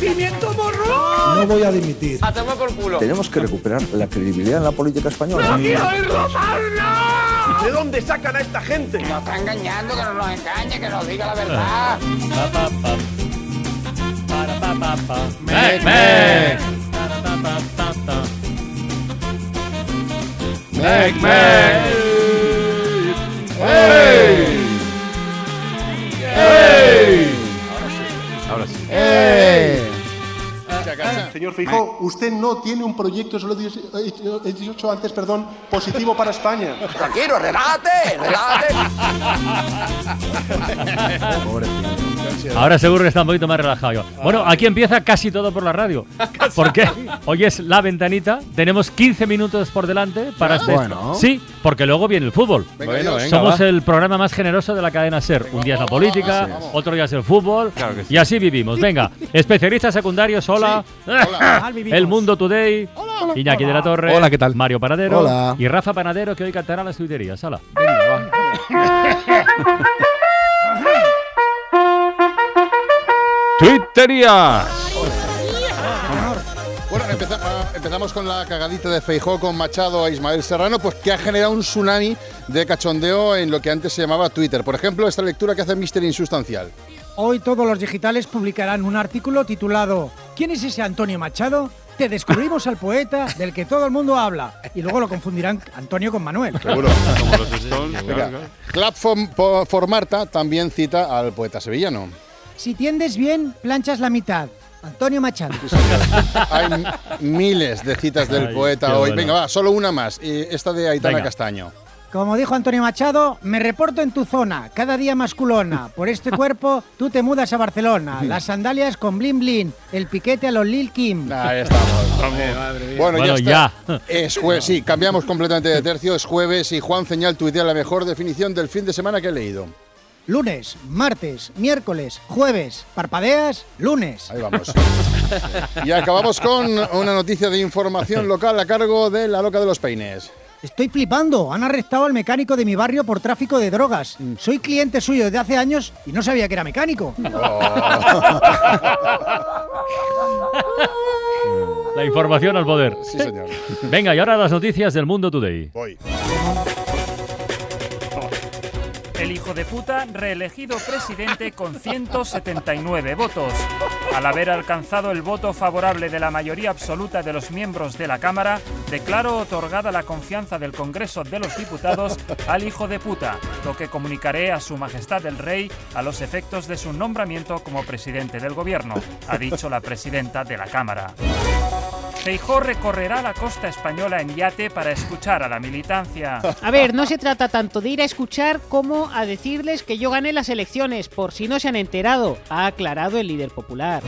¡Pimiento morro! No voy a dimitir. Hacemos Ah, por culo. Tenemos que recuperar la credibilidad en la política española. ¿De dónde sacan a esta gente? Nos está engañando, que no nos engañe, que nos diga la verdad. Mec, mec. Mec, mec. ¡Ey! ¡Ey! Ahora sí. ¡Ey! Señor Fijo, usted no tiene un proyecto, se lo he dicho- he dicho he dicho antes, perdón, positivo para España. Tranquilo, relájate, relájate. Ahora seguro que está un poquito más relajado yo. Bueno, aquí empieza casi todo por la radio. Porque hoy es la ventanita. Tenemos 15 minutos por delante para este. Bueno. Sí, porque luego viene el fútbol. Bueno, venga, Somos va. el programa más generoso de la cadena Ser. Un día es la política, otro día es el fútbol. Claro que sí. Y así vivimos. Venga, especialistas secundarios, hola. el Mundo Today. Iñaki de la Torre. Hola, ¿qué tal? Mario Paradero. Hola. Y Rafa Panadero, que hoy cantará las tuiterías. Hola. ¡Twitterías! Bueno, empeza- ah, empezamos con la cagadita de Feijó con Machado a Ismael Serrano, pues que ha generado un tsunami de cachondeo en lo que antes se llamaba Twitter. Por ejemplo, esta lectura que hace Mister Insustancial. Hoy todos los digitales publicarán un artículo titulado ¿Quién es ese Antonio Machado? Te descubrimos al poeta del que todo el mundo habla. Y luego lo confundirán Antonio con Manuel. Seguro. Como los Stones. Venga, Clap for, po- for Marta también cita al poeta sevillano. Si tiendes bien, planchas la mitad. Antonio Machado. Hay m- miles de citas del Ay, qué poeta hoy. bueno. Venga, va, solo una más. eh, Esta de Aitana Venga. Castaño. Como dijo Antonio Machado, me reporto en tu zona, cada día más culona. Por este cuerpo, tú te mudas a Barcelona. Las sandalias con blin blin, el piquete a los Lil Kim. Ahí estamos. Bueno, Bueno, ya está. ya. Es jue- sí, cambiamos completamente de tercio. Es jueves y Juan Ceñal tuitea la mejor definición del fin de semana que he leído. Lunes, martes, miércoles, jueves, parpadeas, lunes. Ahí vamos. Y acabamos con una noticia de información local a cargo de la loca de los peines. Estoy flipando. Han arrestado al mecánico de mi barrio por tráfico de drogas. Soy cliente suyo desde hace años y no sabía que era mecánico. La información al poder. Sí, señor. Venga, y ahora las noticias del Mundo Today. Voy. El hijo de puta reelegido presidente con 179 votos. Al haber alcanzado el voto favorable de la mayoría absoluta de los miembros de la Cámara, declaro otorgada la confianza del Congreso de los Diputados al hijo de puta, lo que comunicaré a Su Majestad el Rey a los efectos de su nombramiento como presidente del Gobierno, ha dicho la presidenta de la Cámara. Feijó recorrerá la costa española en yate para escuchar a la militancia. A ver, no se trata tanto de ir a escuchar como a decirles que yo gané las elecciones, por si no se han enterado, ha aclarado el líder popular.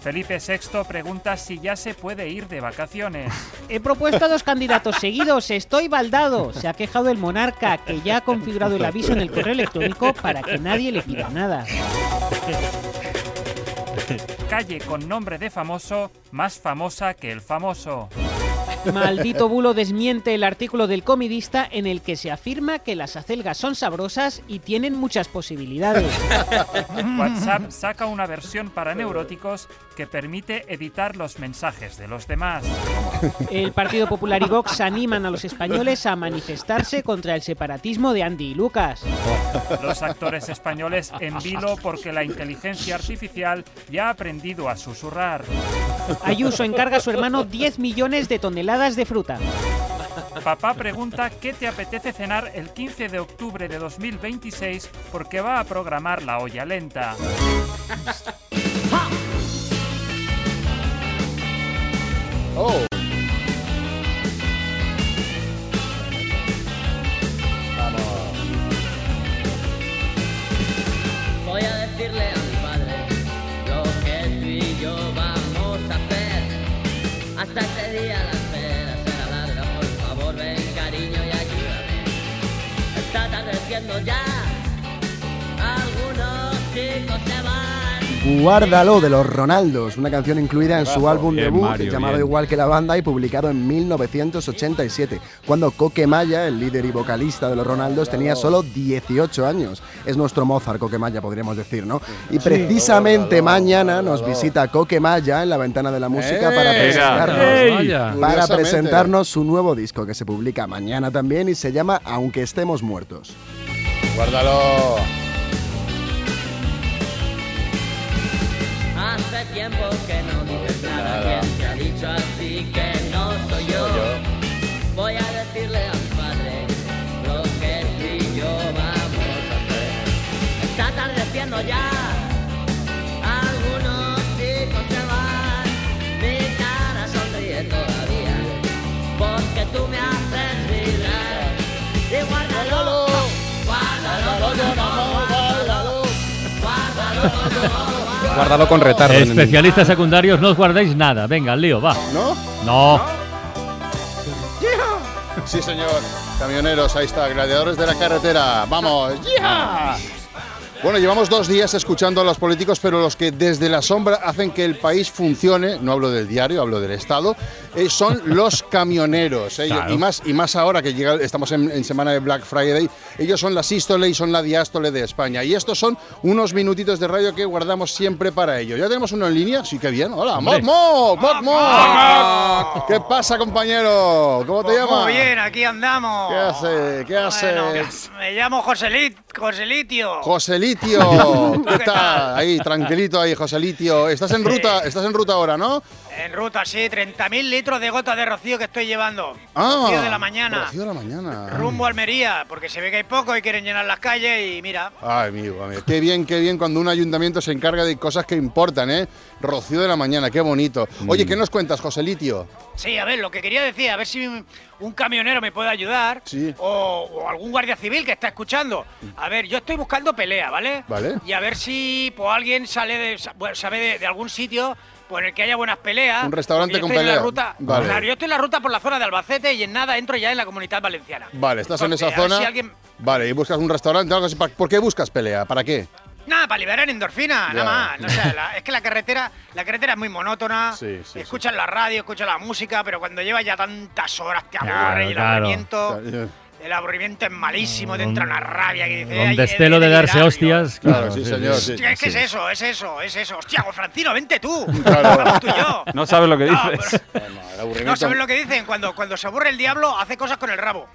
Felipe VI pregunta si ya se puede ir de vacaciones. He propuesto a dos candidatos seguidos, estoy baldado. Se ha quejado el monarca, que ya ha configurado el aviso en el correo electrónico para que nadie le pida nada. Calle con nombre de famoso, más famosa que el famoso. Maldito bulo desmiente el artículo del comidista en el que se afirma que las acelgas son sabrosas y tienen muchas posibilidades. WhatsApp saca una versión para neuróticos que permite editar los mensajes de los demás. El Partido Popular y Vox animan a los españoles a manifestarse contra el separatismo de Andy y Lucas. Los actores españoles en vilo porque la inteligencia artificial ya ha aprendido a susurrar. Ayuso encarga a su hermano 10 millones de toneladas de fruta. Papá pregunta qué te apetece cenar el 15 de octubre de 2026 porque va a programar la olla lenta. Oh. Voy a decirle a mi padre lo que tú y yo vamos a hacer. Hasta ese día la espera será larga, por favor ven cariño y ayúdame. Está atardeciendo ya, algunos chicos se van. Guárdalo de los Ronaldos, una canción incluida en su Bravo. álbum Bien, debut Mario, llamado bien. igual que la banda y publicado en 1987, cuando Coque Maya, el líder y vocalista de los Ronaldos, tenía Oh. solo 18 años. Es nuestro Mozart Coque Maya, podríamos decir, ¿no? Y precisamente mañana nos visita Coque Maya en la ventana de la música ¡Eh! para Mira, presentarnos, ¡ey! Vaya. para Curiosamente. presentarnos su nuevo disco que se publica mañana también y se llama Aunque estemos muertos. Guárdalo. Hace tiempo que no dices nada. Quien te ha dicho así que no soy yo. Voy a decirle a mi padre lo que tú y yo vamos a hacer. Está atardeciendo ya. Algunos chicos se van. Mi cara sonríe todavía. Porque tú me haces brillar. Y guárdalo. Guárdalo, no, no, guárdalo. Guárdalo con retardo. Especialistas secundarios, no os guardáis nada. Venga, al lío, va. ¿No? No. Sí, señor. Camioneros, ahí está, gladiadores de la carretera. Vamos. ¡Ya! Bueno, llevamos dos días escuchando a los políticos, pero los que desde la sombra hacen que el país funcione, no hablo del diario, hablo del Estado, eh, son los camioneros. ellos. Claro. Y, más, y más ahora que llega, estamos en, en semana de Black Friday, ellos son la sístole y son la diástole de España. Y estos son unos minutitos de radio que guardamos siempre para ellos. Ya tenemos uno en línea, sí que bien. Hola, Hombre. Moc, Moc, Moc, Moc. ¿Qué pasa, compañero? ¿Cómo te llamas? Muy bien, aquí andamos. ¿Qué hace? ¿Qué hace? Me llamo Joselit, Joselitio. Joselitio, ¿qué tal? Ahí, tranquilito ahí, Joselitio. Estás en ruta, estás en ruta ahora, ¿no? En ruta, sí, 30.000 litros de gota de rocío que estoy llevando. Ah, Rocío de la mañana. Rocío de la mañana. Rumbo a Almería, porque se ve que hay poco y quieren llenar las calles y mira. Ay, amigo, amigo. Qué bien, qué bien cuando un ayuntamiento se encarga de cosas que importan, ¿eh? Rocío de la mañana, qué bonito. Oye, ¿qué nos cuentas, Joselitio? Sí, a ver, lo que quería decir, a ver si un- un camionero me puede ayudar Sí. o, o algún guardia civil que está escuchando. A ver, yo estoy buscando pelea, ¿vale? Vale. Y a ver si pues, alguien sale de, sa- bueno, sabe de, de algún sitio por el que haya buenas peleas. Un restaurante porque yo con estoy en la pelea. ruta- Vale. Claro, yo estoy en la ruta por la zona de Albacete y en nada entro ya en la comunidad valenciana. Vale, estás en esa Entonces, a ver zona. si alguien- Vale, y buscas un restaurante o algo así. ¿Pa- ¿Por qué buscas pelea? ¿Para qué? Nada, para liberar endorfina, Ya. nada más. No, o sea, la- es que la carretera, la carretera es muy monótona. Sí, sí, escuchas la radio, escuchas la música, pero cuando llevas ya tantas horas te aburre Claro, y el claro. aburrimiento. El aburrimiento es malísimo, te entra una rabia eh, que dices. Donde "Ay, esté lo de darse hostias. Claro, sí, señor, Hostia, es que es eso, es eso, es eso. Hostia, Gofrancino, vente tú. Vamos tú y yo. No sabes lo que dices. No sabes lo que dicen. Cuando, cuando se aburre el diablo, hace cosas con el rabo.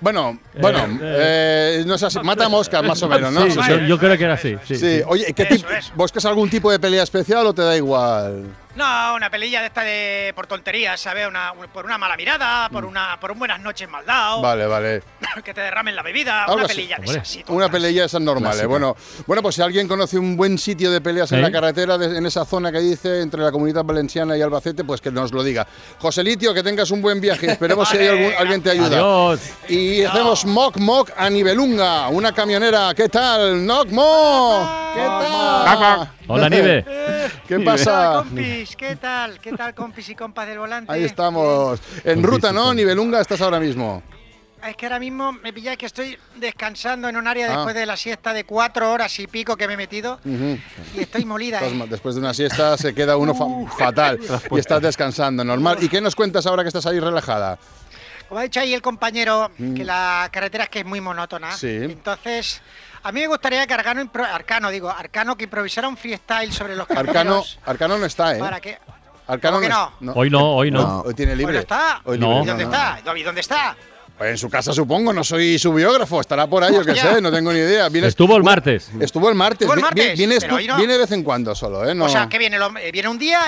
Bueno, bueno, eh, no es así. Mata moscas, más o menos, ¿no? Sí, yo, yo creo que era así. Sí, Sí, sí. oye, ¿qué tipo- ¿buscas algún tipo de pelea especial o te da igual? No, una pelilla de esta de por tonterías, ¿sabes? Una- un- por una mala mirada, por una por un buenas noches mal dado, Vale, vale. que te derramen la bebida, Algo una así. pelilla de esas, sí. Una pelea de esas normales. Clásica. ¿eh? Bueno, bueno, pues si alguien conoce un buen sitio de peleas en ¿Eh? la carretera, de- en esa zona que dice entre la comunidad valenciana y Albacete, pues que nos lo diga. José Litio, que tengas un buen viaje. Esperemos si hay algún- alguien te ayuda. Y hacemos mock mock a Nivelunga, una camionera. ¿Qué tal? Knock mock. ¿Qué tal? Hola, Nive. ¿Qué pasa? Compis, ¿qué tal? ¿Qué tal, compis y compas del volante? Ahí estamos. En ruta, ¿no? Nivelunga estás ahora mismo. Es que ahora mismo me pilláis que estoy descansando en un área Ah. después de la siesta de cuatro horas y pico que me he metido Ujú. y estoy molida. Estás ¿eh? ma- Después de una siesta se queda uno fa- fatal y estás descansando, normal. ¿Y qué nos cuentas ahora que estás ahí relajada? Como ha dicho ahí el compañero, Mm. que la carretera es que es muy monótona. Sí. Entonces, a mí me gustaría que Arcano, impro- Arcano, digo, Arcano que improvisara un freestyle sobre los Arcano, caminos Arcano no está, ¿eh? para que Arcano ¿Cómo que es- no? Hoy no, hoy no. No. Hoy tiene libre. Hoy no está. Hoy ¿Y libre, dónde no, no. está? David, ¿dónde está? Pues en su casa supongo, no soy su biógrafo, estará por ahí, yo qué sé, no tengo ni idea. Viene- Estuvo el martes. Estuvo el martes, Estuvo el vi- vi- martes, viene, pero estu- hoy no. viene de vez en cuando solo, ¿eh? No. O sea, que viene, el hombre- viene un día,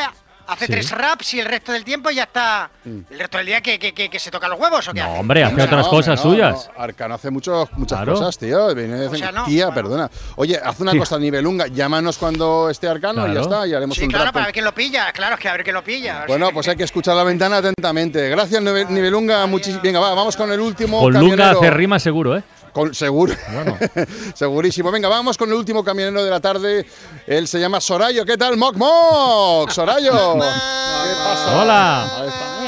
hace Sí. tres raps y el resto del tiempo ya está. Mm. ¿El resto del día que, que- que- que se toca los huevos o qué hace? Hombre, hace otras no, cosas no, suyas. no. Arcano hace muchos- muchas Claro. cosas, tío. Viene de vez O sea, en- no, tía, perdona. Oye, haz una Sí. cosa nivelunga. Llámanos cuando esté Arcano y ya Claro. está. Y haremos Sí, un claro, rap para ver quién lo pilla. Claro, es que a ver quién lo pilla. Bueno, pues hay que escuchar la ventana atentamente. Gracias, Neve- Nivelunga. muchis- Venga, va, vamos con el último. Con Lunga camionero. hace rima seguro, ¿eh? Con, seguro. Segurísimo. Venga, vamos con el último camionero de la tarde. Él se llama Sorayo. ¿Qué tal, Moc Moc? Sorayo. ¿Qué pasa? Hola. Ahí está.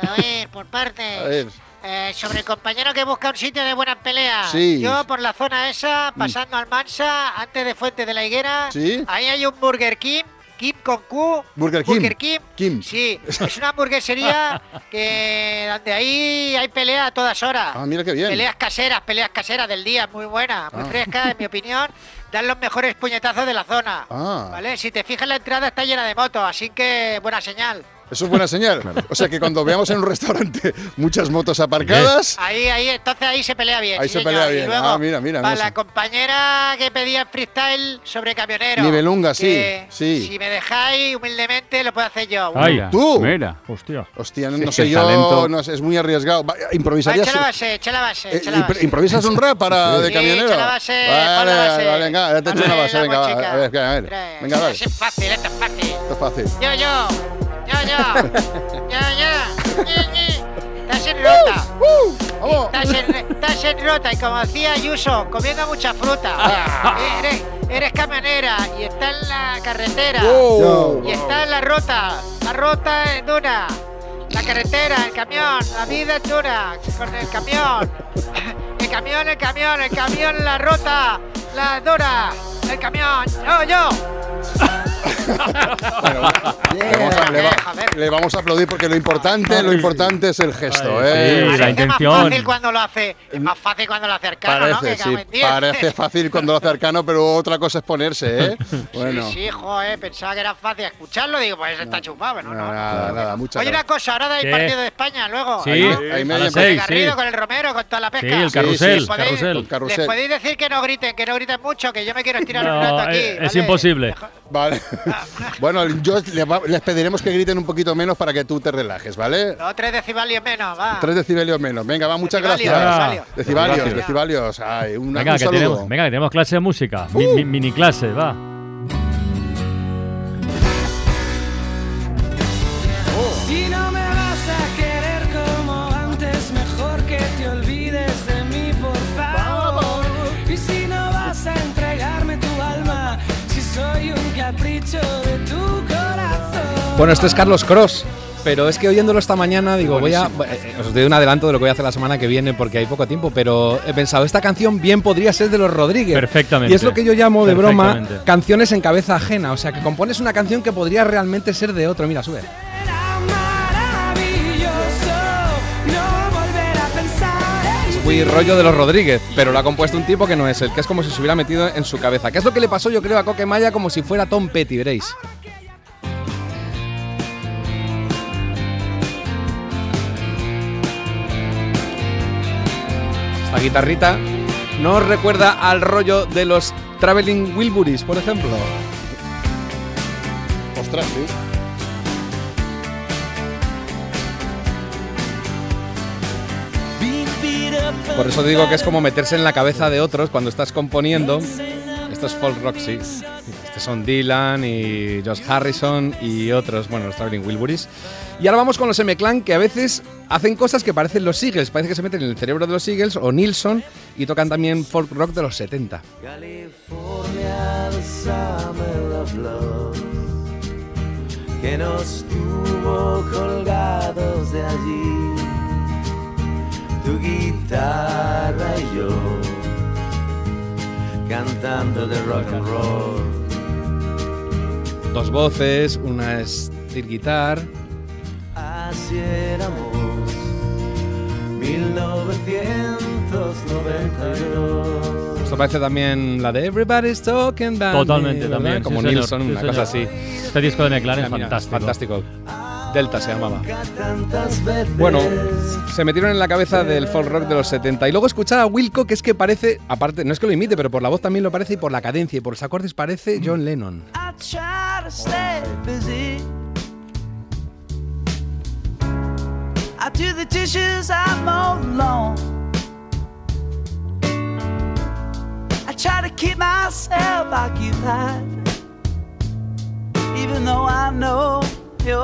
A ver, por A partes. ver. Eh, sobre el compañero que busca un sitio de buenas peleas. Sí. Mm. Yo por la zona esa, pasando al Mansa, antes de Fuente de la Higuera, Sí. ahí hay un Burger King, Kim con Q. Burger King. Burger King. Kim. Sí, es una hamburguesería que donde ahí hay pelea a todas horas. Ah, mira qué bien. Peleas caseras, peleas caseras del día, muy buena, muy Ah. fresca, en mi opinión. Dan los mejores puñetazos de la zona. Ah. ¿Vale? Si te fijas, la entrada está llena de motos, así que buena señal. Eso es buena señal. O sea que cuando veamos en un restaurante muchas motos aparcadas, Ahí, ahí, entonces ahí se pelea bien. Ahí sí, se señor. pelea Y bien. luego, Ah, mira, mira, Para no la sé. compañera que pedía freestyle sobre camionero. Nivelunga, sí, que sí. Ah, Si me dejáis humildemente, lo puedo hacer yo. Ay, tú. Mira. Hostia. Hostia, no, Sí, no sé el yo, talento. no sé, es muy arriesgado. Va, Va, Improvisarías. echa la base, echa la base, eh, echa la impro- base. ¿Improvisas un rap para de Sí, camionero? echa la base, pon vale, la base. vale, venga, ahora te echo una Dale, base, venga, va, chica. a ver, venga, a ver. Tres. Venga, vale. Así es fácil, esto es fácil. Esto es fácil. Yo, yo, yo, yo, yo, yo, Ñi, Ñi. estás en rota. Estás en, estás en rota y como decía Ayuso, comiendo mucha fruta. Eh, Eres, eres camionera y está en la carretera. Wow. Y está en la rota. La rota es dura. La carretera, el camión, la vida es dura. Con el camión. El camión, el camión, el camión, la rota, la dura. El camión, yo, yo. Bueno, le, vamos a, le va- le vamos a aplaudir porque lo importante, lo importante es el gesto, Ay, ¿eh? sí, la Es más fácil cuando lo hace, es más fácil cuando lo hace arcano, ¿no? Parece, Que sí, cago en diez. parece fácil cuando lo hace Arcano, pero otra cosa es ponerse, ¿eh? Bueno, Sí, sí, joder, pensaba que era fácil escucharlo, digo, pues está chupado, pero no, no. nada, nada, muchas Oye, una gracias. cosa, ahora Sí. del partido de España, luego. Sí, ¿no? ahí Con media el empieza. Garrido, Sí. con el Romero, con toda la pesca. Sí, el carrusel, ¿les podéis- carrusel. El carrusel. Les podéis decir que no griten, que no griten mucho, que yo me quiero estirar No, un rato aquí. eh, es, es ¿vale? imposible. Vale. bueno, yo le va- les pediremos que griten un poquito menos para que tú te relajes, ¿vale? No, tres decibalios menos, va. Tres decibelios menos. Venga, va, muchas Decibalios, gracias. decibalios. Decibalios, Decibalios. decibalios. Ay, una- Venga, un que tenemos, saludo. venga, que tenemos clase de música. Mi- mi- mini clase, va. Si no me vas a querer como antes, mejor que te olvides de mí, por favor. Y si no vas a entregarme tu alma, si soy un capricho de tu corazón. Bueno, esto es Carlos Cross, pero es que oyéndolo esta mañana, digo, voy a. eh, Os doy un adelanto de lo que voy a hacer la semana que viene porque hay poco tiempo, pero he pensado, esta canción bien podría ser de los Rodríguez. Perfectamente. Y es lo que yo llamo de broma Perfectamente. canciones en cabeza ajena, o sea, que compones una canción que podría realmente ser de otro. Mira, sube. Maravilloso, no volver a pensar en Muy ti. rollo de los Rodríguez, pero lo ha compuesto un tipo que no es él, que es como si se hubiera metido en su cabeza. Que es lo que le pasó, yo creo, a Coque Maya como si fuera Tom Petty, veréis. Esta guitarrita no os recuerda al rollo de los Traveling Wilburys, por ejemplo. Ostras, sí. Por eso digo que es como meterse en la cabeza de otros cuando estás componiendo. Esto es folk rock, sí. Estos son Dylan y Josh Harrison y otros, bueno, los Traveling Wilburys. Y ahora vamos con los M-Clan, que a veces hacen cosas que parecen los Eagles. Parece que se meten en el cerebro de los Eagles o Nilsson y tocan también folk rock de los 70. California, the summer of love, que nos tuvo colgados de allí. Tu guitarra y yo, cantando de rock and roll. Dos voces, una es steel guitar. Así éramos, 1992. Esto parece también la de Everybody's Talking About Me, Totalmente, ¿verdad? también, Como sí, señor, Nilsson, sí, una señor. cosa así. Este disco de McLaren es Mira, fantástico. Fantástico. Delta se llamaba. Tantas veces. Bueno, se metieron en la cabeza del folk rock de los 70. Y luego escuchar a Wilco, que es que parece, aparte, no es que lo imite, pero por la voz también lo parece y por la cadencia y por los acordes parece John Lennon. I try to stay busy. I do the dishes, I mow the lawn. I try to keep myself occupied, even though I know you're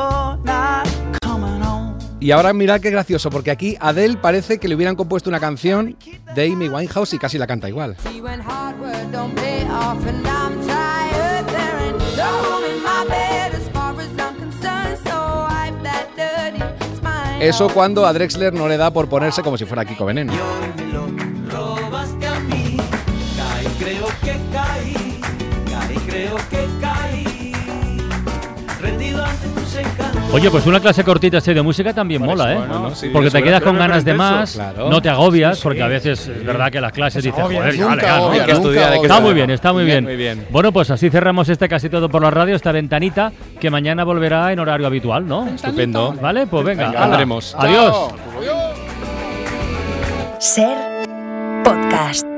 not coming home. Y ahora mirad qué gracioso, porque aquí Adele parece que le hubieran compuesto una canción de Amy Winehouse y casi la canta igual. See when hard work don't pay off and I'm tired. There ain't no room in my bed as far as I'm concerned. So wipe that dirty smile Eso cuando a Drexler no le da por ponerse como si fuera Kiko Veneno. robaste a mí. Caí, creo que caí, caí, creo que caí. Rendido ante tus encantos. Oye, pues una clase cortita así de música también Por mola, eso, ¿eh? bueno, sí, porque te sobre quedas todo con en el ganas de contexto, más, claro. no te Sí, agobias, sí. porque a veces es verdad que las clases No se dices, agobias, joder, ya, nunca ya, ¿no? agobias, Hay que nunca estudiar, hay que Está muy estudiar. bien, está muy Muy bien. bien, muy bien. Bueno, pues así cerramos este casi todo por la radio, esta ventanita, que mañana volverá en horario habitual, ¿no? Estupendo. Vale, pues venga, Venga, hala. volveremos. Adiós. Ser podcast.